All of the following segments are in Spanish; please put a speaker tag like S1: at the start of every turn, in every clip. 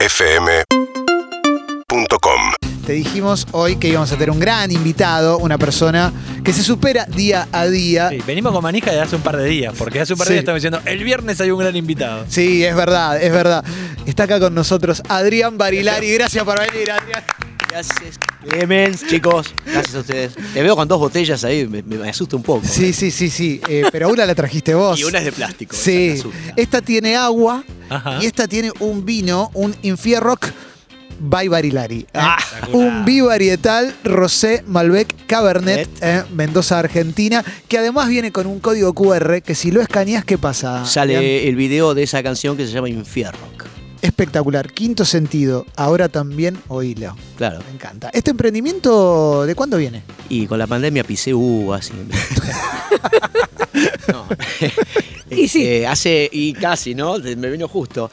S1: UrbanaPlayFM.com
S2: Te dijimos hoy que íbamos a tener un gran invitado, una persona que se supera día a día.
S3: Sí, venimos con manija de hace un par de días, porque hace un par de
S2: Sí.
S3: días estamos diciendo, el viernes hay un gran invitado.
S2: Sí, es verdad, es verdad. Está acá con nosotros Adrián Barilari. Gracias por venir, Adrián.
S4: Gracias, Clemens, chicos. Gracias a ustedes. Te veo con dos botellas ahí, me, me- me asusta un poco.
S2: Sí, sí, sí, sí. eh, pero una la trajiste vos.
S4: Y una Ah. es de plástico.
S2: Sí.
S4: esa me asusta.
S2: Esta tiene agua
S3: Ajá.
S2: y esta tiene un vino, un Infierrock by Barilari. ¿eh?
S3: Ah,
S2: un bivarietal Rosé Malbec Cabernet ¿eh?
S4: Cabernet.
S2: Mendoza, Argentina, que además viene con un código QR que si lo escaneas, ¿qué
S5: Ah,
S2: pasa?
S4: Sale
S2: Adrián?
S4: el video de esa canción que se llama Infierno.
S2: Espectacular. Quinto sentido, ahora también oílo.
S4: Claro.
S2: Me encanta. ¿Este emprendimiento de cuándo viene?
S4: Y con la pandemia pisé uvas. y- no.
S5: Y sí.
S4: Este, hace, y casi, ¿no? De- Me vino justo.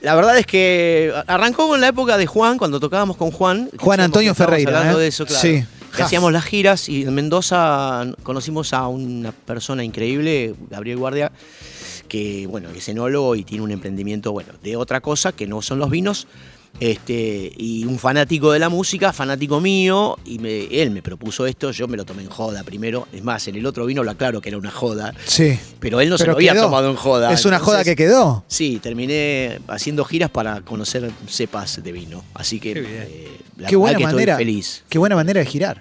S4: La verdad es que arrancó con la época de Juan, cuando tocábamos con Juan.
S2: Juan
S4: Decíamos
S2: Antonio
S4: que estábamos
S2: Ferreira,
S4: Hablando
S2: ¿eh?
S4: de eso, claro.
S2: Sí.
S4: Que hacíamos las giras y en Mendoza conocimos a una persona increíble, Gabriel Guardia, que bueno, es enólogo y tiene un emprendimiento bueno, de otra cosa que no son los vinos. Este, y un fanático de la música, fanático mío, y me- él me propuso esto, yo me lo tomé en joda primero. Es más, en el otro vino lo aclaro que era una joda,
S2: Sí.
S4: pero él no se
S2: Pero
S4: lo había
S2: quedó.
S4: tomado en joda.
S2: Es una joda
S4: Entonces,
S2: que quedó.
S4: Sí, terminé haciendo giras para conocer cepas de vino. Así que
S3: Qué bien.
S4: eh, la
S2: Qué buena
S4: verdad que
S2: manera.
S4: estoy feliz.
S2: Qué buena manera de girar.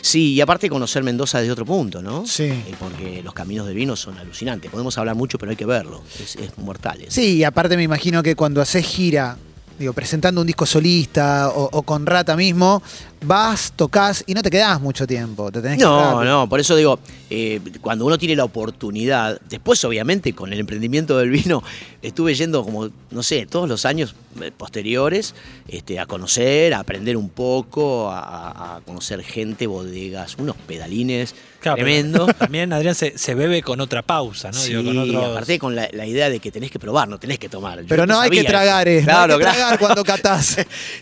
S4: Sí, y aparte conocer Mendoza desde otro punto, ¿no?
S2: Sí.
S4: Eh, porque los caminos de vino son alucinantes. Podemos hablar mucho, pero hay que verlo. Es, es mortal. es-
S2: Sí, y aparte me imagino que cuando haces gira, digo, presentando un disco solista o, o con Rata mismo, vas, tocas y no te quedás mucho tiempo. Te tenés que
S4: No,
S2: quedar.
S4: no, por eso digo, eh, cuando uno tiene la oportunidad, después obviamente con el emprendimiento del vino, estuve yendo como, no sé, todos los años eh, posteriores este, a conocer, a aprender un poco, a- a, a conocer gente, bodegas, unos pedalines
S3: Claro, pero
S4: tremendo.
S3: También Adrián se, se bebe con otra pausa, ¿no?
S4: Sí,
S3: Digo, con otros-
S4: aparte con la, la idea de que tenés que probar, no tenés que tomar. Yo
S2: Pero no hay que
S4: sabía eso.
S2: tragar, eh.
S4: Claro,
S2: no hay que
S4: claro.
S2: tragar cuando catás.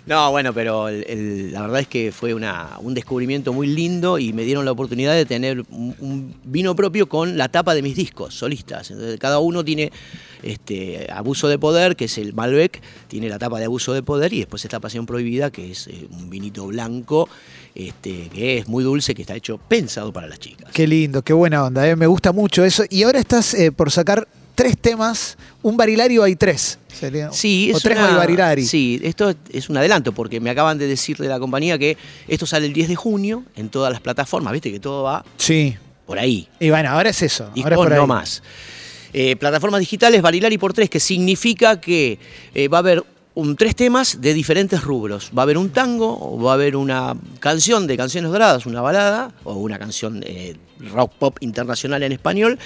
S4: No, bueno, pero el- el- la verdad es que fue una- un descubrimiento muy lindo y me dieron la oportunidad de tener un, un vino propio con la tapa de mis discos solistas. Entonces, cada uno tiene este, Abuso de Poder, que es el Malbec, tiene la tapa de Abuso de Poder y después está Pasión Prohibida, que es eh, un vinito blanco este, que es muy dulce, que está hecho pensado para las chicas.
S2: Qué lindo, qué buena onda, eh, me gusta mucho eso. Y ahora estás eh, por sacar tres temas, un barilario hay tres. sería-
S4: Sí,
S2: o
S4: es
S2: tres
S4: una-
S2: by barilari.
S4: Sí, esto es un adelanto porque me acaban de decir de la compañía que esto sale el 10 de junio en todas las plataformas, viste que todo va
S2: Sí.
S4: por ahí.
S2: Y bueno, ahora es eso.
S4: Y
S2: ahora es por ahí.
S4: no más. Eh, plataformas digitales Barilari por tres, que significa que eh, va a haber un, tres temas de diferentes rubros. Va a haber un tango, o va a haber una canción de canciones doradas, una balada, o una canción eh, rock pop internacional en español,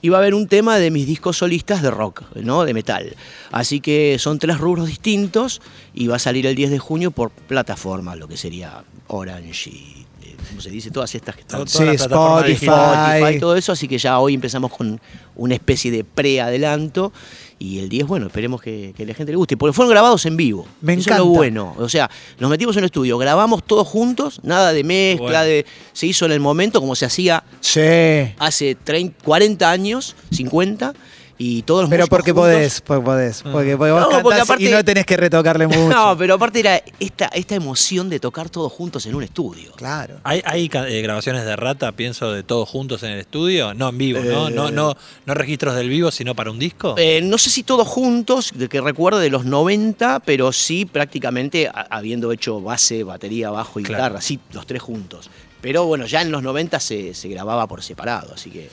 S4: y va a haber un tema de mis discos solistas de rock, ¿no? De metal. Así que son tres rubros distintos y va a salir el 10 de junio por plataforma, lo que sería Orange y. eh, ¿Cómo se dice? Todas estas que están
S3: Todas las
S2: Sí,
S3: plataformas digitales.
S2: Spotify.
S4: Spotify, todo eso, así que ya hoy empezamos con una especie de preadelanto y el 10, bueno, esperemos que, que la gente le guste, porque fueron grabados en vivo.
S2: Me
S4: eso
S2: encanta.
S4: es lo bueno, o sea, nos metimos en un estudio, grabamos todos juntos, nada de mezcla,
S3: Bueno.
S4: de, se hizo en el momento como se hacía
S2: Sí.
S4: hace 30, 40 años, 50, y todos los
S2: Pero
S4: músicos
S2: porque
S4: juntos.
S2: podés, porque podés. Porque, porque vos
S4: No, porque
S2: cantás y
S4: aparte-
S2: no tenés que retocarle mucho.
S4: No, pero aparte era esta, esta emoción de tocar todos juntos en un estudio.
S2: Claro.
S3: ¿Hay, hay ca- eh, grabaciones de rata, pienso, de todos juntos en el estudio? No en vivo, ¿no? No, no, no registros del vivo, sino para un disco.
S4: Eh, no sé si todos juntos, de que recuerde de los 90, pero sí prácticamente a- habiendo hecho base, batería, bajo y
S3: Claro.
S4: guitarra, sí, los tres juntos. Pero bueno, ya en los 90 se, se grababa por separado, así que...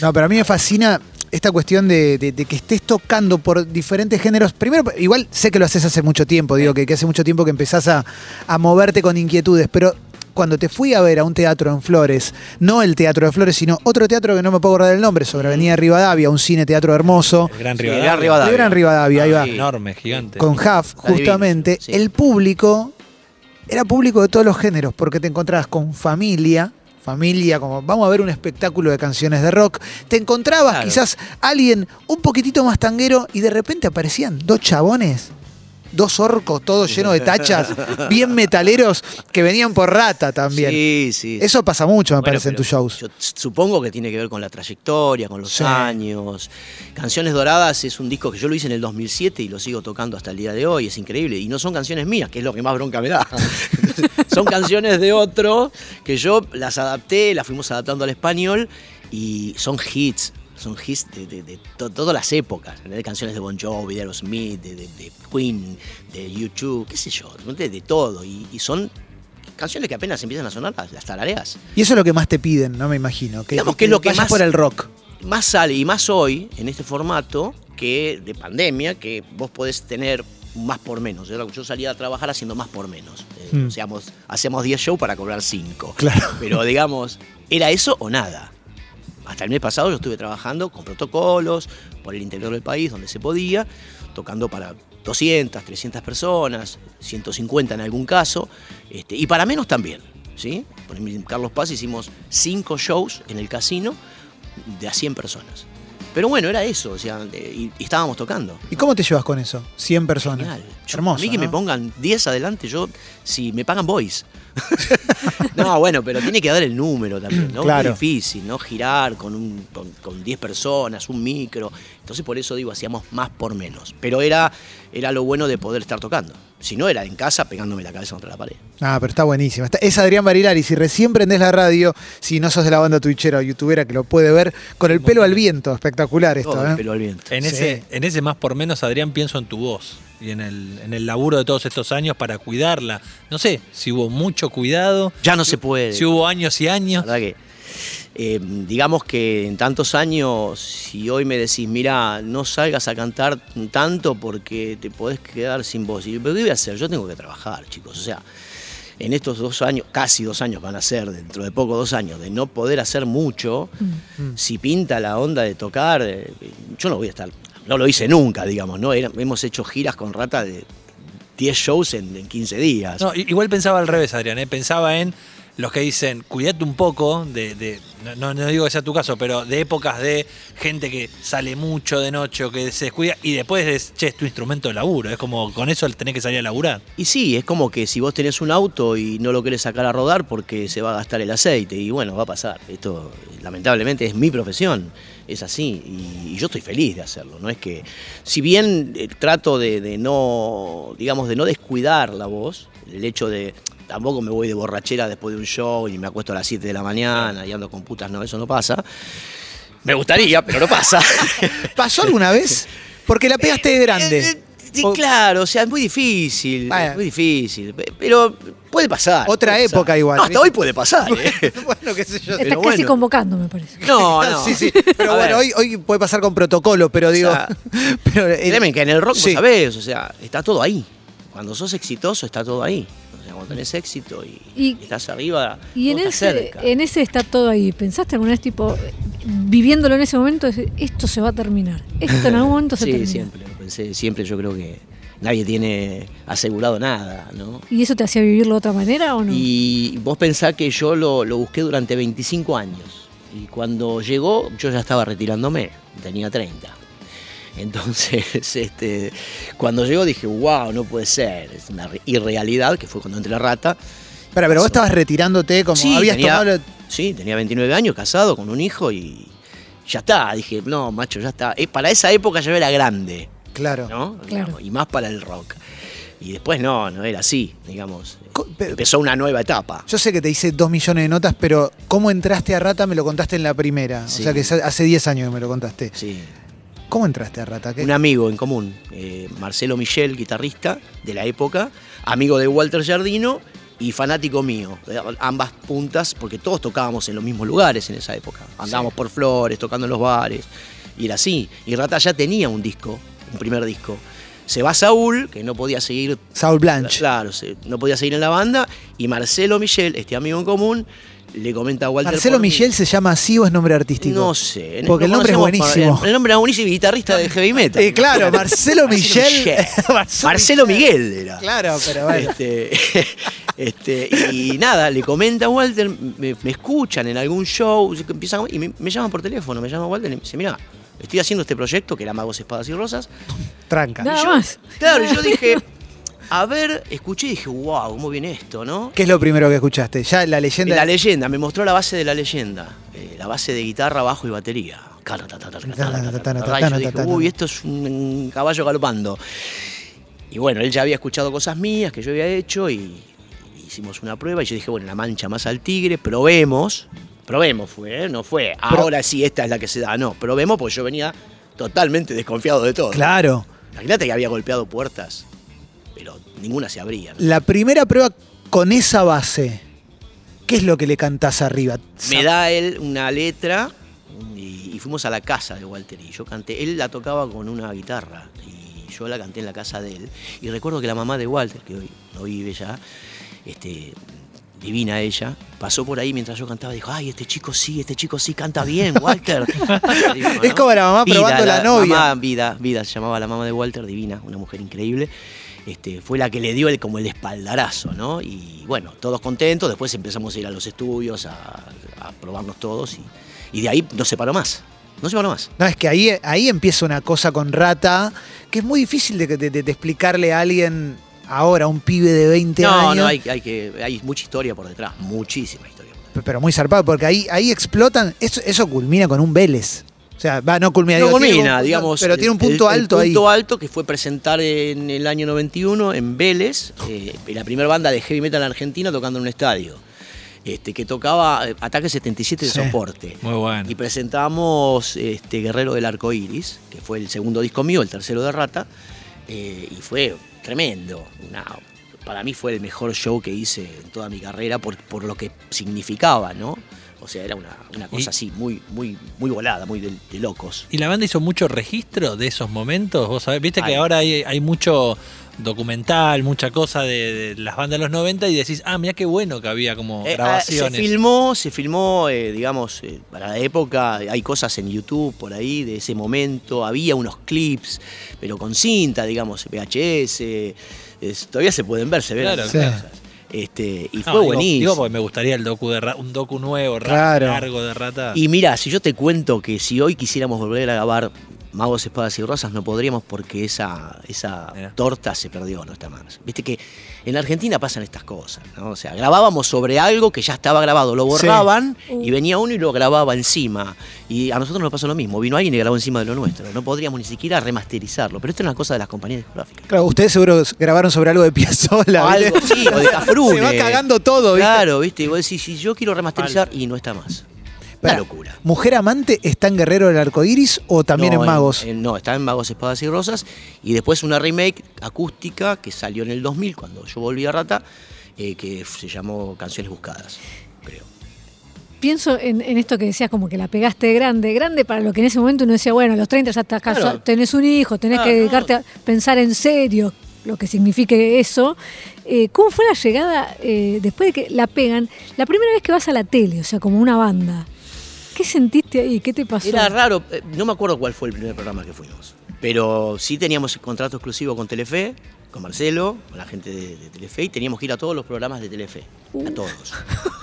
S2: No, pero a mí me fascina esta cuestión de, de- de que estés tocando por diferentes géneros. Primero, igual sé que lo haces hace mucho tiempo, digo, que, que hace mucho tiempo que empezás a, a moverte con inquietudes, pero cuando te fui a ver a un teatro en Flores, no el Teatro de Flores, sino otro teatro que no me puedo acordar el nombre, sobre Avenida Rivadavia, un cine teatro hermoso,
S3: el Gran
S4: Sí,
S3: Rivadavia.
S4: era Rivadavia.
S2: El Gran Rivadavia, ahí va.
S3: Enorme, gigante.
S2: con Huff,
S4: Adivino,
S2: justamente,
S4: Este, sí.
S2: el público era público de todos los géneros, porque te encontrabas con familia, familia, como vamos a ver un espectáculo de canciones de rock, te encontrabas
S4: Claro.
S2: quizás alguien un poquitito más tanguero y de repente aparecían dos chabones dos orcos todos llenos de tachas, bien metaleros, que venían por rata también.
S4: Sí, sí.
S2: Eso pasa mucho, me
S4: Bueno,
S2: parece, en
S4: pero
S2: tus shows.
S4: yo s- supongo que tiene que ver con la trayectoria, con los
S2: Sí.
S4: años. Canciones Doradas es un disco que yo lo hice en el 2007 y lo sigo tocando hasta el día de hoy, es increíble. Y no son canciones mías, que es lo que más bronca me da. son canciones de otro que yo las adapté, las fuimos adaptando al español y son hits. Son hits de, de- de to- todas las épocas, ¿entendés? canciones de Bon Jovi, de Aerosmith, de, de- de Queen, de YouTube, qué sé yo, de, de todo. Y, y son canciones que apenas empiezan a sonar, las, las tarareas.
S2: Y eso es lo que más te piden, ¿no? Me imagino. Que,
S4: Digamos que es lo que
S2: vayas
S4: más-
S2: por el rock.
S4: más sale y más hoy en este formato que de pandemia, que vos podés tener más por menos. Yo, yo salía a trabajar haciendo más por menos. Eh,
S2: Mm.
S4: o sea, hacíamos- hacíamos 10 shows para cobrar 5.
S2: Claro.
S4: Pero digamos, era eso o nada. Hasta el mes pasado yo estuve trabajando con protocolos por el interior del país donde se podía, tocando para 200, 300 personas, 150 en algún caso, este, y para menos también. ¿sí? Por ejemplo, en Carlos Paz hicimos 5 shows en el casino de a 100 personas. Pero bueno, era eso, o sea, de- y, y estábamos tocando.
S2: ¿Y cómo te llevas con eso? 100 personas.
S4: Genial. Yo-
S2: Hermoso.
S4: A mí que me
S2: ¿no?
S4: pongan 10 adelante, yo, si me pagan boys. no, bueno, pero tiene que dar el número también, ¿no?
S2: Claro.
S4: Es difícil, ¿no? Girar con un con, con 10 personas, un micro. Entonces por eso digo, hacíamos más por menos. Pero era, era lo bueno de poder estar tocando. Si no, era en casa pegándome la cabeza contra la pared.
S2: Ah, pero está buenísima. Está- es Adrián Barilari. Si recién prendés la radio, si no sos de la banda twitchera o youtubera que lo puede ver, con el pelo al viento. Espectacular esto,
S4: Todo el
S2: ¿eh?
S4: pelo al viento.
S3: En,
S2: Sí.
S3: ese, en ese más por menos, Adrián, pienso en tu voz y en el, en el laburo de todos estos años para cuidarla. No sé si hubo mucho cuidado,
S4: Ya no se puede.
S3: si hubo años y
S4: La
S3: años.
S4: verdad que, eh, digamos que en tantos años, si hoy me decís, mira, no salgas a cantar tanto porque te podés quedar sin voz. Y yo, pero ¿qué voy a hacer? Yo tengo que trabajar, chicos. O sea, en estos dos años, casi dos años van a ser, dentro de poco dos años, de no poder hacer mucho,
S3: Mm.
S4: Mm. si pinta la onda de tocar, eh, yo no voy a estar, no lo hice nunca, digamos, ¿no? Era- hemos hecho giras con rata de 10 shows en, en 15 días.
S3: No, i- igual pensaba al revés, Adrián. ¿eh? Pensaba en los que dicen, cuídate un poco, de, de- no- no, no digo que sea tu caso, pero de épocas de gente que sale mucho de noche o que se descuida y después es, che, es tu instrumento de laburo. Es como con eso tenés que salir a laburar.
S4: Y sí, es como que si vos tenés un auto y no lo querés sacar a rodar porque se va a gastar el aceite, y bueno, va a pasar. Esto lamentablemente es mi profesión, es así, y, y yo estoy feliz de hacerlo. No es que, si bien eh, trato de, de no, digamos, de no descuidar la voz, el hecho de, tampoco me voy de borrachera después de un show y me acuesto a las 7 de la mañana y ando con putas, no, eso no pasa. Me gustaría, pero no pasa.
S2: ¿Pasó alguna vez? Porque la pegaste de
S4: Eh,
S2: grande.
S4: sí,
S2: O-
S4: claro, o sea, es muy difícil.
S2: Bueno.
S4: es muy difícil. pe- Pero puede pasar.
S2: Otra
S4: puede pasar.
S2: época igual,
S4: No, hasta
S2: ¿viste?
S4: hoy puede pasar. ¿eh?
S2: bueno, qué sé yo.
S4: Pero
S1: Estás casi
S4: bueno.
S1: convocando, me parece.
S4: No, no.
S2: Sí, sí. Pero
S4: A
S2: bueno,
S4: ver,
S2: hoy, hoy puede pasar con protocolo, pero digo.
S4: sea,
S2: pero, eh,
S4: créeme que en el rock, vos
S2: sí.
S4: sabés, o sea, está todo ahí. Cuando sos exitoso, está todo ahí. O sea, cuando tenés éxito y,
S1: Y-
S4: estás arriba,
S1: Y en
S4: todo está
S1: ese,
S4: cerca.
S1: en ese está todo ahí. ¿Pensaste alguna vez, tipo, viviéndolo en ese momento, decir, esto se va a terminar? Esto en algún momento se
S4: sí,
S1: termina.
S4: siempre lo pensé. Siempre yo creo que nadie tiene asegurado nada, ¿no?
S1: ¿Y eso te hacía vivirlo de otra manera o no?
S4: Y vos pensás que yo lo, lo busqué durante 25 años. Y cuando llegó, yo ya estaba retirándome. Tenía 30. Entonces, este, cuando llegó dije, wow, no puede ser. Es una re- irrealidad, que fue cuando entré a Rata.
S2: Pará, pero vos estabas retirándote como
S4: Sí,
S2: habías
S4: tenía,
S2: tomado.
S4: sí, tenía 29 años, casado, con un hijo y ya está. Dije, no, macho, ya está. Eh, para esa época ya era grande.
S2: Claro.
S4: ¿no? Digamos, y más para el rock. Y después no, no era así, digamos.
S2: Co- pe-
S4: Empezó una nueva etapa.
S2: Yo sé que te hice dos millones de notas, pero ¿cómo entraste a Rata? Me lo contaste en la primera.
S4: Sí.
S2: O sea que sa- hace 10 años que me lo contaste.
S4: Sí.
S2: ¿Cómo entraste a Rata? ¿Qué-
S4: Un amigo en común, eh, Marcelo Michel, guitarrista de la época, amigo de Walter Giardino y fanático mío. Eh, Ambas puntas, porque todos tocábamos en los mismos lugares en esa época. Andábamos por flores, tocando en los bares, y era así. Y Rata ya tenía un disco, un primer disco. Se va Saúl, que no podía seguir
S2: Saul Blanche.
S4: Claro, se- no podía seguir en la banda. Y Marcelo Michel, este amigo en común, le comenta a Walter.
S2: ¿Marcelo
S4: por mí.
S2: Michel se llama así o es nombre artístico?
S4: No sé.
S2: Porque el
S4: lo
S2: nombre es
S4: conocemos por-
S2: buenísimo.
S4: El, el nombre era buenísimo y guitarrista de heavy metal.
S2: Eh, claro, Marcelo Michel.
S4: Marcelo, Miguel era.
S2: Claro, pero bueno.
S4: Este, este, y nada, le comenta a Walter, me, me escuchan en algún show, se- empiezan- y me, me llaman por teléfono, me llama Walter y me dice, mira, estoy haciendo este proyecto que era Magos, Espadas y Rosas.
S2: Tranca.
S1: Nada
S4: yo-
S1: más.
S4: Claro, y yo dije, a ver, escuché y dije, wow, ¿cómo viene esto, no?
S2: ¿Qué es lo primero que escuchaste? Ya la leyenda.
S4: La leyenda, me mostró la base de la leyenda. eh, la base de guitarra, bajo y batería. Cara, ta, ta, ta, ta, ta, ta, ta, ta, ta. Y yo dije, uy, esto es un caballo galopando. Y bueno, él ya había escuchado cosas mías que yo había hecho y hicimos una prueba y yo dije, bueno, la mancha más al tigre, probemos. Probemos fue, ¿eh? no fue. Ahora sí, esta es la que se da. No, probemos porque yo venía totalmente desconfiado de todo.
S2: Claro.
S4: Imagínate que había golpeado puertas, pero ninguna se abría. ¿no?
S2: La primera prueba con esa base, ¿qué es lo que le cantás arriba?
S4: me da él una letra y, y fuimos a la casa de Walter y yo canté, él la tocaba con una guitarra y yo la canté en la casa de él y recuerdo que la mamá de Walter, que hoy no vive ya, este, divina ella, pasó por ahí mientras yo cantaba y dijo, ay, este chico sí, este chico sí canta bien, Walter. Digo,
S2: Es como la mamá probando la novia.
S4: mamá Vida, Vida se llamaba la mamá de Walter, divina, una mujer increíble. Este, fue la que le dio el, como el espaldarazo, ¿no? Y bueno, todos contentos, después empezamos a ir a los estudios, a, a probarnos todos y, y de ahí no se paró más, no se paró más.
S2: No, es que ahí, ahí empieza una cosa con Rata que es muy difícil de, de- de- de explicarle a alguien ahora, un pibe de 20
S4: No,
S2: años.
S4: no, hay, hay que, hay mucha historia por detrás, muchísima historia. por detrás.
S2: P- Pero muy zarpado, porque ahí, ahí explotan. Eso, eso culmina con un Vélez. O sea, va, no culmina.
S4: No
S2: digo, tiene
S4: culmina,
S2: un-
S4: digamos.
S2: Pero tiene un
S4: el-
S2: punto
S4: el
S2: alto ahí.
S4: punto alto que fue presentar en el año 91 en Vélez, eh, la primera banda de heavy metal argentina tocando en un estadio. Este, que tocaba eh, Ataque 77 de
S2: Sí.
S4: soporte.
S3: Muy bueno.
S4: Y presentamos este, Guerrero del Arco Iris, que fue el segundo disco mío, el tercero de Rata, eh, y fue tremendo. Una- para mí fue el mejor show que hice en toda mi carrera por, por lo que significaba, ¿no? O sea, era una, una cosa
S3: Y-
S4: así, muy, muy, muy volada, muy de, de locos.
S3: ¿Y la banda hizo mucho registro de esos momentos? Vos sabés, viste
S4: Ay.
S3: que ahora hay, hay mucho documental, mucha cosa de, de las bandas de los 90 y decís, ah, mirá qué bueno que había como
S4: Eh, ah, se
S3: grabaciones.
S4: filmó, se filmó, eh, digamos, eh, para la época, hay cosas en YouTube por ahí de ese momento, había unos clips, pero con cinta, digamos, VHS, es- todavía se pueden ver, se ven
S3: Claro,
S4: las
S2: claro.
S4: cosas. Este, y
S3: No,
S4: fue
S3: digo- Digo,
S4: buenísimo.
S3: porque me gustaría el docu de ra- un docu nuevo, ra-
S2: Claro.
S3: largo de
S2: Ah.
S3: rata.
S4: y mira, si yo te cuento que si hoy quisiéramos volver a grabar Magos, Espadas y Rosas, no podríamos porque esa, esa
S3: Mirá.
S4: torta se perdió, no está más. Viste que en Argentina pasan estas cosas, ¿no? O sea, grabábamos sobre algo que ya estaba grabado, lo borraban y venía uno y lo grababa encima. Y a nosotros nos pasó lo mismo, vino alguien y grabó encima de lo nuestro. No podríamos ni siquiera remasterizarlo, pero esto es una cosa de las compañías discográficas.
S2: Claro, ustedes seguro grabaron sobre algo de Piazzolla.
S4: O
S2: ¿viste?
S4: algo, sí, o de Cafrune.
S2: Se va cagando todo, ¿viste?
S4: Claro, viste, y vos decís, si yo quiero remasterizar y no está más. Una
S2: Pará,
S4: locura.
S2: ¿Mujer amante está en Guerrero del Arco Iris o también
S4: No,
S2: en Magos?
S4: no, está en Magos, Espadas y Rosas. Y después una remake acústica que salió en el 2000, cuando yo volví a Rata, eh, que f- se llamó Canciones Buscadas, creo.
S1: Pienso en, en esto que decías, como que la pegaste de grande, grande para lo que en ese momento uno decía, bueno, a los 30 ya estás
S4: Claro.
S1: casado, tenés un hijo, tenés
S4: Ah,
S1: que
S4: no.
S1: dedicarte a pensar en serio lo que signifique eso. Eh, ¿Cómo fue la llegada, eh, después de que la pegan, la primera vez que vas a la tele, o sea, como una banda? ¿Qué sentiste ahí? ¿Qué te pasó?
S4: Era raro, eh, no me acuerdo cuál fue el primer programa que fuimos, pero sí teníamos contrato exclusivo con Telefe, con Marcelo, con la gente de, de Telefe, y teníamos que ir a todos los programas de Telefe, a todos.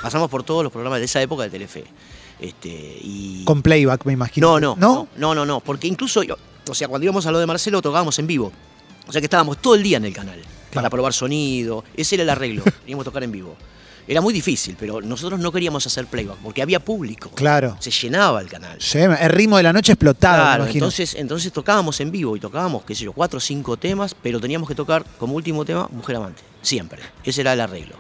S4: Pasamos por todos los programas de esa época de Telefe. Este, y
S2: Con playback, me imagino.
S4: No, no, no, no, no, no, porque incluso, yo- o sea, cuando íbamos a lo de Marcelo tocábamos en vivo. O sea que estábamos todo el día en el canal para probar sonido. Ese era el arreglo, teníamos que tocar en vivo. Era muy difícil, pero nosotros no queríamos hacer playback porque había público.
S2: Claro.
S4: Se llenaba el canal.
S2: Sí, el ritmo de la noche explotado,
S4: Claro,
S2: me imagino.
S4: entonces, entonces tocábamos en vivo y tocábamos, qué sé yo, cuatro o cinco temas, pero teníamos que tocar como último tema Mujer Amante, siempre. Ese era el arreglo.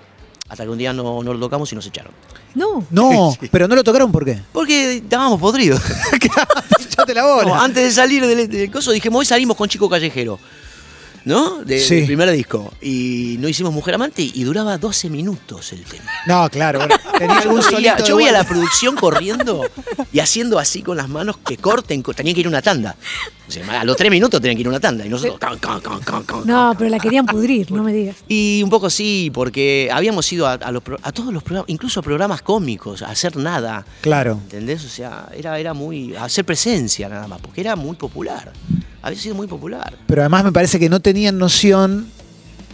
S4: Hasta que un día no, no lo tocamos y nos echaron.
S1: No.
S2: No, pero no lo tocaron por qué.
S4: Porque estábamos podridos.
S2: ya te la bola.
S4: No, antes de salir del, del coso dijimos, hoy salimos con Chico Callejero. ¿No? De,
S2: Sí.
S4: Del primer disco. Y no hicimos Mujer Amante y duraba 12 minutos el tema.
S2: No, claro. bueno, tenía
S4: Yo
S2: algún
S4: veía-
S2: solito.
S4: yo
S2: de
S4: veía la
S2: vuelta.
S4: producción corriendo y haciendo así con las manos que corten. co- Tenían que ir a una tanda. O sea, a los tres minutos tenían que ir a una tanda. Y nosotros. can, can, can, can, can,
S1: No,
S4: can.
S1: pero la querían pudrir, no me digas.
S4: Y un poco sí, porque habíamos ido a, a los pro- a todos los programas, incluso a programas cómicos, a hacer nada.
S2: Claro.
S4: ¿Entendés? O sea, era, era muy. hacer presencia nada más, porque era muy popular. Había sido muy popular.
S2: Pero además me parece que no tenían noción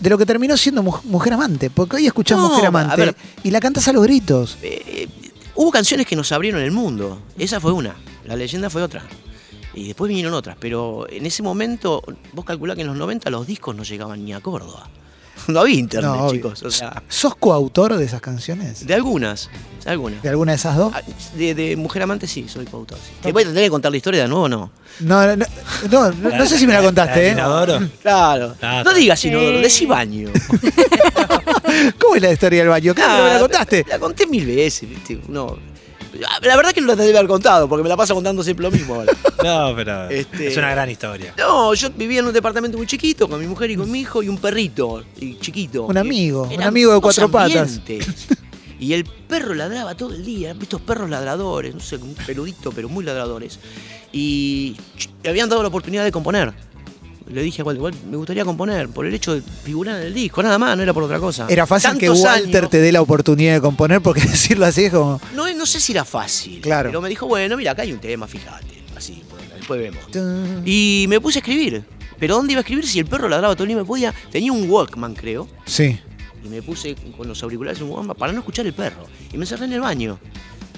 S2: de lo que terminó siendo Mu- Mujer Amante. Porque hoy escuchás
S4: No,
S2: Mujer Amante
S4: a ver.
S2: y la cantas a los gritos.
S4: Eh, eh, hubo canciones que nos abrieron el mundo. Esa fue una. La leyenda fue otra. Y después vinieron otras. Pero en ese momento, vos calculás que en los 90 los discos no llegaban ni a Córdoba. No había internet,
S2: No, obvio.
S4: chicos. O sea,
S2: ¿Sos coautor de esas canciones?
S4: de algunas, de algunas.
S2: ¿De alguna de esas dos?
S4: Ah, De, de Mujer Amante sí, soy coautor. sí. ¿Te voy a tener que contar la historia de nuevo o no?
S2: No, no, no, no, no- no sé si me la contaste, ¿eh?
S3: Adoro.
S4: Claro.
S3: Ah,
S4: no
S3: está.
S4: digas inodoro,
S1: Sí.
S4: decí baño.
S2: ¿Cómo es la historia del baño? Claro,
S4: Ah,
S2: me la contaste.
S4: La conté mil veces, viste, No. La verdad que no la debe haber contado, porque me la pasa contando siempre lo mismo ahora.
S3: No, pero
S4: Este-
S3: es una gran historia.
S4: No, yo vivía en un departamento muy chiquito con mi mujer y con mi hijo y un perrito y chiquito.
S2: Un amigo, un
S4: Eran
S2: amigo de
S4: dos
S2: cuatro patas.
S4: ambientes. Y el perro ladraba todo el día, estos perros ladradores, no sé, un peludito, pero muy ladradores. Y ch- le habían dado la oportunidad de componer. Le dije a Walter, "Wal, me gustaría componer por el hecho de figurar en el disco, nada más, no era por otra cosa.
S2: Era fácil que
S4: Tantos
S2: Walter
S4: años-
S2: te dé la oportunidad de componer, porque decirlo así es como.
S4: No, no sé si era fácil,
S2: Claro.
S4: pero me dijo, bueno, mira, acá hay un tema, fíjate. Así, bueno, después vemos. Y me puse a escribir. Pero ¿dónde iba a escribir si el perro ladraba todo el día y me podía? Tenía un Walkman, creo.
S2: Sí.
S4: Y me puse con los auriculares un Walkman para no escuchar el perro. Y me encerré en el baño.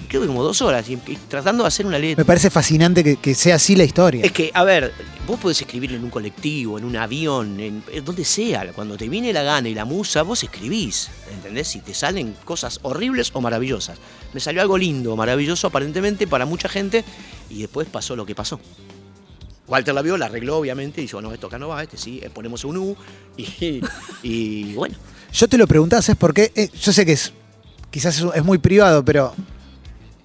S4: Creo que como dos horas, y, y tratando de hacer una
S2: Me
S4: letra.
S2: parece fascinante que, que sea así la historia.
S4: Es que, a ver, vos podés escribir en un colectivo, en un avión, en, en donde sea. Cuando te viene la gana y la musa, vos escribís. ¿Entendés? Si te salen cosas horribles o maravillosas. Me salió algo lindo, maravilloso aparentemente para mucha gente. Y después pasó lo que pasó. Walter la vio, la arregló obviamente. Y dijo, no, esto acá no va, este sí, eh, ponemos un U. Y, y bueno,
S2: Yo te lo preguntaba, ¿sabes por qué? Eh, yo sé que es, quizás es, es muy privado, pero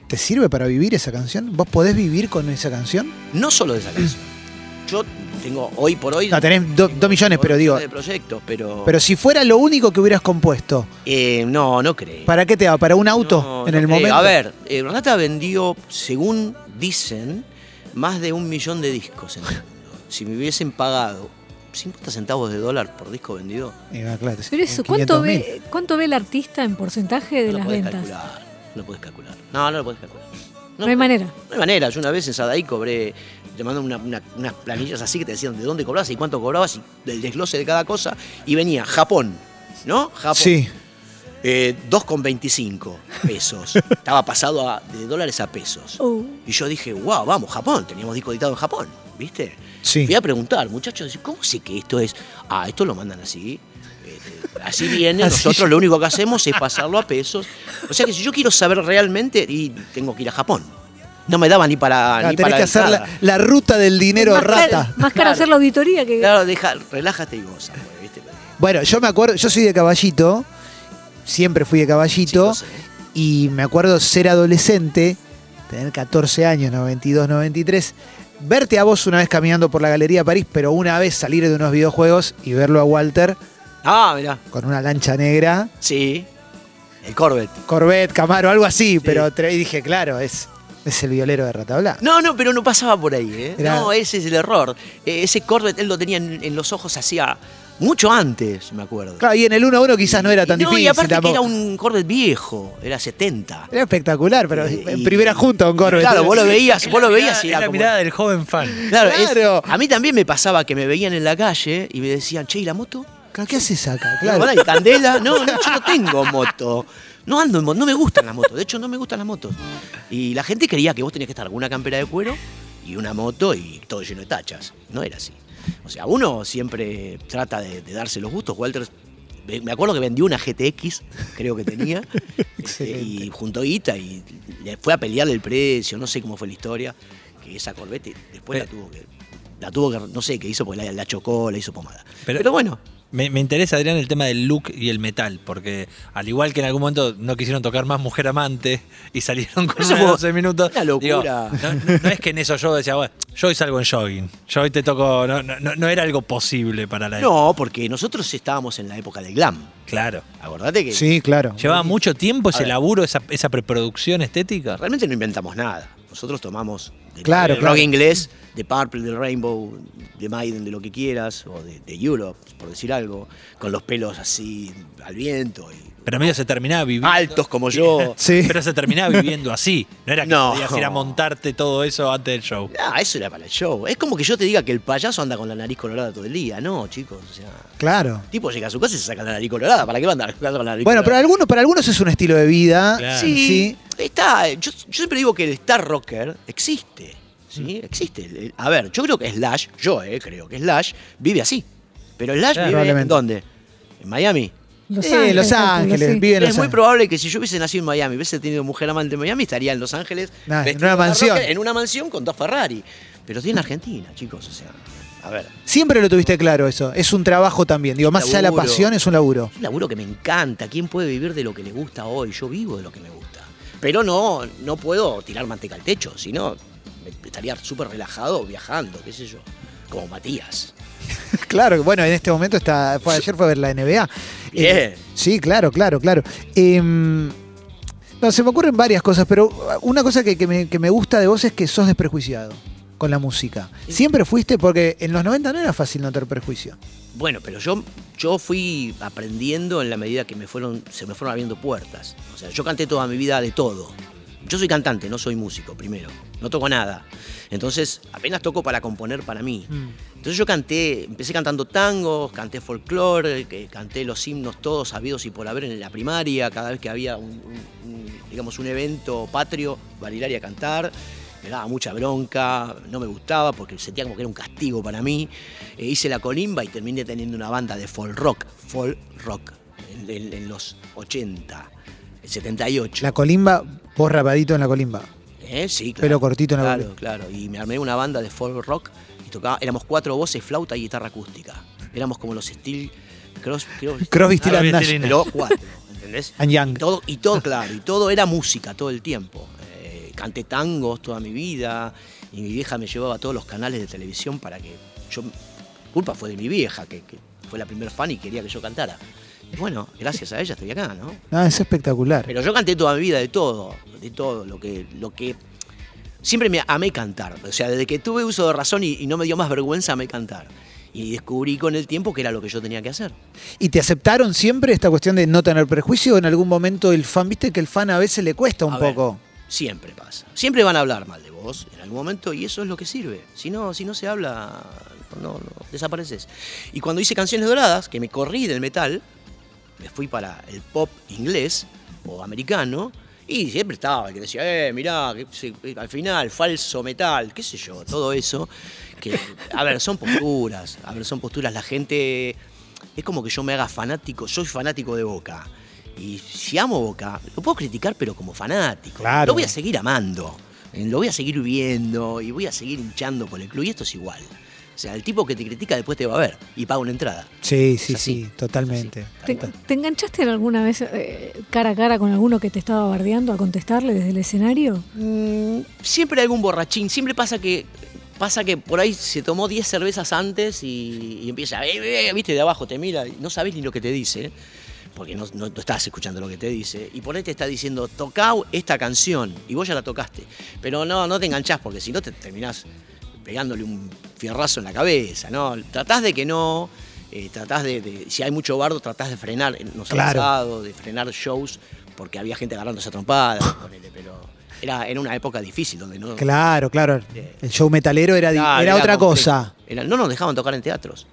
S2: ¿te sirve para vivir esa canción? ¿Vos podés vivir con esa canción?
S4: no solo de esa canción. Yo tengo hoy por hoy...
S2: No, tenés do-
S4: tengo
S2: dos millones,
S4: dos
S2: pero digo-
S4: De proyectos, pero...
S2: Pero si fuera lo único que hubieras compuesto,
S4: eh, no, no creo.
S2: ¿para qué te va? ¿Para un auto
S4: No,
S2: en
S4: no
S2: el
S4: creo.
S2: momento?
S4: A ver, eh, Rata vendió, según dicen, más de un millón de discos en el mundo. Si me hubiesen pagado 50 centavos de dólar por disco vendido,
S2: Y va, claro, sí,
S1: Pero eso,
S2: un
S1: ¿cuánto
S2: 500.000.
S1: ve, ¿cuánto ve el artista en porcentaje de
S4: no lo
S1: las
S4: podés
S1: ventas?
S4: calcular. No lo podés calcular. No, no lo podés calcular.
S1: No hay manera.
S4: No hay manera. Yo una vez en Sadaí cobré, te mandan una- una- unas planillas así que te decían de dónde cobrabas y cuánto cobrabas y el desglose de cada cosa. Y venía Japón, ¿no? Japón.
S2: Sí,
S4: Eh, 2,25 pesos. Estaba pasado a- de dólares a pesos.
S1: Uh.
S4: Y yo dije, wow, vamos, Japón. Teníamos disco editado en Japón, ¿viste?
S2: Sí.
S4: Fui a preguntar, muchachos, ¿cómo sé que esto es? Ah, esto lo mandan así. eh, eh, Así viene,
S2: Así
S4: nosotros
S2: ya.
S4: lo único que hacemos es pasarlo a pesos. O sea que si yo quiero saber realmente, y tengo que ir a Japón. No me daba ni para.
S2: Ah,
S4: ni
S2: tenés
S4: para
S2: que hacer la,
S4: entrada.
S2: la ruta del dinero
S1: más
S2: rata.
S1: Caro, más caro
S4: Claro.
S1: hacer la auditoría que.
S4: Claro, deja, relájate y goza, güey, ¿viste?
S2: Bueno, yo me acuerdo, yo soy de caballito, siempre fui de caballito,
S4: Sí, lo sé.
S2: y me acuerdo ser adolescente, tener 14 años, 92, 93, verte a vos una vez caminando por la Galería París, pero una vez salir de unos videojuegos y verlo a Walter
S4: Ah, mirá.
S2: con una lancha negra,
S4: Sí. El Corvette.
S2: Corvette, Camaro, algo así, pero tre- y dije, claro, es, es el violero de Rata Blanca.
S4: No, no, pero no pasaba por ahí, ¿eh?
S2: Era-
S4: No, ese es el error. Eh, Ese Corvette él lo tenía en, en los ojos hacía mucho antes, me acuerdo.
S2: Claro, y en el 1-1 quizás no era tan
S4: no,
S2: difícil.
S4: y aparte que
S2: tampoco.
S4: era un Corvette viejo, era 70.
S2: Era espectacular, pero
S4: Y-
S2: en primera junta con Corvette.
S4: Claro, vos lo veías, vos lo veías y
S3: Es
S4: era
S3: la
S4: como-
S3: mirada del joven fan.
S4: Claro, es-
S2: Claro.
S4: a mí también me pasaba que me veían en la calle y me decían, che, ¿y la moto?
S2: Claro, ¿Qué haces acá?
S4: Claro.
S2: Claro.
S4: candela? No, no, yo no tengo moto. No ando en moto, no me gustan las motos. De hecho, no me gustan las motos. Y la gente creía que vos tenías que estar con una campera de cuero y una moto y todo lleno de tachas. No era así. O sea, uno siempre trata de, de darse los gustos. Walter, me me acuerdo que vendió una GTX, creo que tenía, este, y juntó guita y le fue a pelearle el precio. No sé cómo fue la historia. Que esa Corvette después la
S3: Pe-
S4: tuvo que. La tuvo que. No sé qué hizo porque la, la chocó, la hizo pomada.
S3: Pero-
S4: Pero bueno.
S3: Me, me interesa, Adrián, el tema del look y el metal, porque al igual que en algún momento no quisieron tocar más Mujer Amante y salieron con
S4: Eso
S3: una de
S4: fue
S3: 12 minutos.
S4: una locura.
S3: Digo, no, no- no es que en eso yo decía, bueno, yo hoy salgo en jogging, yo hoy te toco, no, no- no- no era algo posible para la
S4: No, porque nosotros estábamos en la época del glam.
S3: Claro.
S4: Acordate que
S2: Sí, claro.
S3: Llevaba mucho tiempo
S4: A
S3: ese
S4: ver.
S3: laburo, esa, esa preproducción estética.
S4: realmente no inventamos nada. Nosotros tomamos de-
S2: Claro,
S4: del
S2: claro.
S4: rock inglés, de Purple, del Rainbow, de Maiden, de lo que quieras, o de, de Europe, por decir algo, con los pelos así al viento y
S3: Pero medio se terminaba viviendo.
S4: altos como yo.
S2: Sí.
S3: Pero se terminaba viviendo así. No era que
S4: No.
S3: podías ir a montarte todo eso antes del show.
S4: Ah, eso era para el show. Es como que yo te diga que el payaso anda con la nariz colorada todo el día. No, chicos, o sea...
S2: Claro.
S4: el tipo llega a su casa y se saca la nariz colorada. ¿Para qué va a andar con la nariz
S2: Bueno,
S4: colorada?
S2: pero algunos, para algunos es un estilo de vida.
S3: Claro.
S2: Sí.
S4: Sí, está. Yo, yo siempre digo que el star rocker existe. ¿Sí?
S2: Mm.
S4: Existe. El- el- A ver, yo creo que Slash, yo eh, creo que Slash vive así. Pero Slash
S3: Claro,
S4: vive en
S2: probablemente.
S4: dónde? En en Miami.
S1: Los
S2: Eh,
S1: Ángeles,
S2: Los
S1: calculo,
S2: Ángeles,
S1: sí.
S2: vive en
S4: Es
S2: Los
S4: muy
S2: Ángeles.
S4: probable que si yo hubiese nacido en Miami, hubiese tenido mujer amante en Miami, estaría en Los Ángeles.
S2: Nah, en
S4: vestido
S2: una
S4: de
S2: mansión.
S4: rocker, En una mansión con dos Ferrari. Pero estoy en Argentina, chicos. O sea, a ver,
S2: Siempre lo tuviste claro eso. Es un trabajo también. Digo, más allá de la
S4: Laburo.
S2: pasión, es un laburo.
S4: un laburo que me encanta. ¿Quién puede vivir de lo que le gusta hoy? Yo vivo de lo que me gusta. Pero no, no puedo tirar manteca al techo, sino me- estaría súper relajado viajando, qué sé yo. Como Matías.
S2: Claro, bueno, en este momento está. Fue, ayer fue a ver la NBA.
S4: Bien.
S2: Eh, sí, claro, claro, claro. Em, no, se me ocurren varias cosas, pero una cosa que, que me, que me gusta de vos es que sos desprejuiciado con la música. Siempre fuiste, porque en los 90 no era fácil notar prejuicio.
S4: Bueno, pero yo, yo fui aprendiendo en la medida que me fueron, se me fueron abriendo puertas. O sea, yo canté toda mi vida de todo. Yo soy cantante, no soy músico, primero. No toco nada. Entonces, apenas toco para componer para mí. Entonces yo canté, empecé cantando tangos, canté folclore, que- canté los himnos todos sabidos y por haber en la primaria, cada vez que había un, un- un, digamos, un evento patrio, bailaría a cantar. Me daba mucha bronca, no me gustaba porque sentía como que era un castigo para mí. Eh, hice la colimba y terminé teniendo una banda de folk rock, folk rock, en, en- en los 80, el 78.
S2: La colimba, vos rapadito en la colimba.
S4: ¿Eh? Sí, claro.
S2: Pelo cortito en la
S4: Claro, claro. Y me armé una banda de folk rock y tocaba, éramos cuatro voces, flauta y guitarra acústica. Éramos como los Steel Cross, creo-
S2: Crosby, Still
S3: Crosby,
S2: and Nash.
S3: Still and-
S4: pero cuatro, ¿entendés?
S2: And Young.
S4: Y todo, y todo, claro, y todo era música todo el tiempo. Eh, canté tangos toda mi vida y mi vieja me llevaba a todos los canales de televisión para que yo... Culpa fue de mi vieja, que, que fue la primer fan y quería que yo cantara. Y bueno, gracias a ella estoy acá, ¿no?
S2: Ah, es espectacular.
S4: Pero yo canté toda mi vida de todo, de todo, lo que, lo que. Siempre me amé cantar. O sea, desde que tuve uso de razón y, y no me dio más vergüenza amé cantar. Y descubrí con el tiempo que era lo que yo tenía que hacer.
S2: ¿Y te aceptaron siempre esta cuestión de no tener prejuicio o en algún momento el fan, viste que el fan a veces le cuesta un
S4: A ver,
S2: poco?
S4: siempre pasa. Siempre van a hablar mal de vos en algún momento y eso es lo que sirve. Si no, si no se habla, no, no, desapareces. Y cuando hice Canciones Doradas, que me corrí del metal, me fui para el pop inglés o americano y siempre estaba el que decía, eh, mirá, que se- eh, al final, falso metal, qué sé yo, todo eso. Que, a ver, son posturas, a ver, son posturas. La gente, es como que yo me haga fanático, soy fanático de Boca. Y si amo Boca, lo puedo criticar, pero como fanático.
S2: Claro.
S4: Lo voy a seguir amando, eh, lo voy a seguir viendo y voy a seguir hinchando por el club y esto es igual. O sea, el tipo que te critica después te va a ver y paga una entrada.
S2: Sí, sí,
S4: Es así.
S2: sí, totalmente.
S1: ¿Te, te enganchaste alguna vez eh, cara a cara con alguno que te estaba bardeando a contestarle desde el escenario?
S4: Mm, siempre hay algún borrachín, siempre pasa que pasa que por ahí se tomó 10 cervezas antes y, y empieza, "Eh, eh", viste, de abajo te mira y no sabes ni lo que te dice, porque no, no- no estás escuchando lo que te dice, y por ahí te está diciendo, toca esta canción, y vos ya la tocaste, pero no, no te enganchás, porque si no te terminás pegándole un fierrazo en la cabeza, ¿no? Tratás de que no, eh, tratás de, de- si hay mucho bardo, tratás de frenar, eh, nos ha
S2: Claro.
S4: pasado, de frenar shows, porque había gente agarrándose a trompadas, ponele, pero era, era una época difícil donde no...
S2: Claro, claro. El show metalero era, di-
S4: Claro,
S2: era otra
S4: complejo.
S2: cosa.
S4: Era- no nos dejaban tocar en teatros.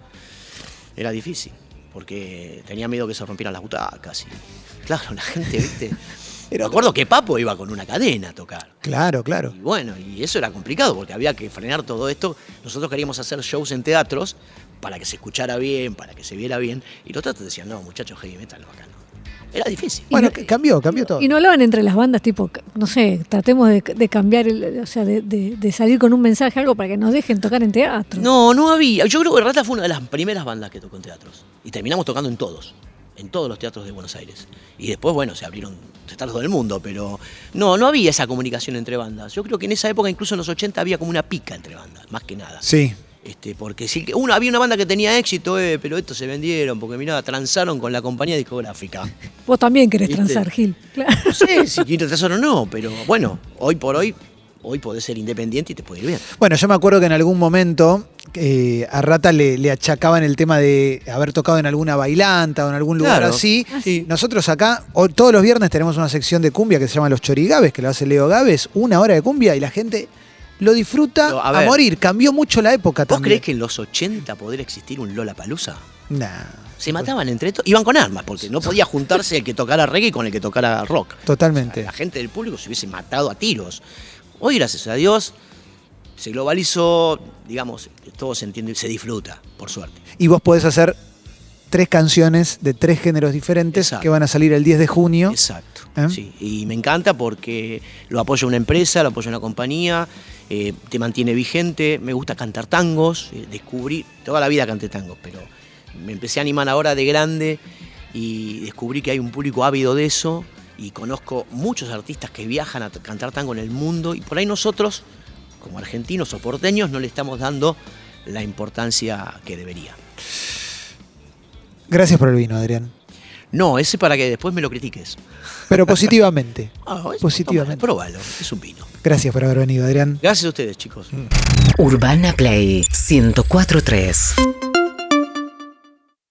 S4: Era difícil, porque tenía miedo que se rompieran las butacas. y- claro, la gente, viste.
S2: Era
S4: Me acuerdo que Papo iba con una cadena a tocar.
S2: Claro, claro.
S4: Y bueno, y eso era complicado porque había que frenar todo esto. Nosotros queríamos hacer shows en teatros para que se escuchara bien, para que se viera bien. Y los teatros decían, no, muchachos, heavy metal, no, acá no. Era difícil.
S2: Bueno,
S1: no-
S2: c- cambió, cambió todo.
S1: Y no hablaban entre las bandas, tipo, c- no sé, tratemos de, de cambiar, el, o sea, de, de- de salir con un mensaje, algo para que nos dejen tocar en teatro.
S4: No, no había. Yo creo que Rata fue una de las primeras bandas que tocó en teatros. Y terminamos tocando en todos. En todos los teatros de Buenos Aires. Y después, bueno, se abrieron teatros del mundo, pero no, no había esa comunicación entre bandas. Yo creo que en esa época, incluso en los 80, había como una pica entre bandas, más que nada.
S2: Sí.
S4: Este, porque sí que uno, había una banda que tenía éxito, eh, pero estos se vendieron, porque mirá, transaron con la compañía discográfica.
S1: Vos también querés
S4: ¿Viste?
S1: transar, Gil. Claro.
S4: No sé si quieren transar o no, pero bueno, hoy por hoy, hoy podés ser independiente y te puede ir bien.
S2: Bueno, yo me acuerdo que en algún momento eh, a Rata le, le achacaban el tema de haber tocado en alguna bailanta o en algún lugar
S4: Claro.
S2: así.
S4: Ah, sí.
S2: Nosotros acá, o- todos los viernes tenemos una sección de cumbia que se llama Los Chorigaves, que lo hace Leo Gaves, una hora de cumbia y la gente lo disfruta
S4: Pero, a
S2: a,
S4: ver.
S2: morir. Cambió mucho la época
S4: ¿Vos
S2: también.
S4: creés que en los 80 podría existir un Lola Palusa?
S2: Nah,
S4: Se mataban entre todos. Iban con armas, porque no podía juntarse el que tocara reggae con el que tocara rock.
S2: totalmente.
S4: La gente del público se hubiese matado a tiros. Hoy, gracias a Dios, se globalizó, digamos, todo se entiende y se disfruta, por suerte.
S2: Y vos podés hacer tres canciones de tres géneros diferentes
S4: Exacto.
S2: que van a salir el 10 de junio.
S4: Exacto.
S2: ¿Eh?
S4: sí. Y me encanta porque lo apoya una empresa, lo apoya una compañía, eh, te mantiene vigente. Me gusta cantar tangos, eh, descubrí, toda la vida canté tangos, pero me empecé a animar ahora de grande y descubrí que hay un público ávido de eso. Y conozco muchos artistas que viajan a t- cantar tango en el mundo y por ahí nosotros, como argentinos o porteños, no le estamos dando la importancia que debería.
S2: Gracias por el vino, Adrián.
S4: No, ese para que después me lo critiques.
S2: Pero positivamente.
S4: Ah, es-
S2: Positivamente.
S4: Próbalo, es un vino.
S2: Gracias por haber venido, Adrián.
S4: Gracias a ustedes, chicos.
S5: Urbana Play 1043.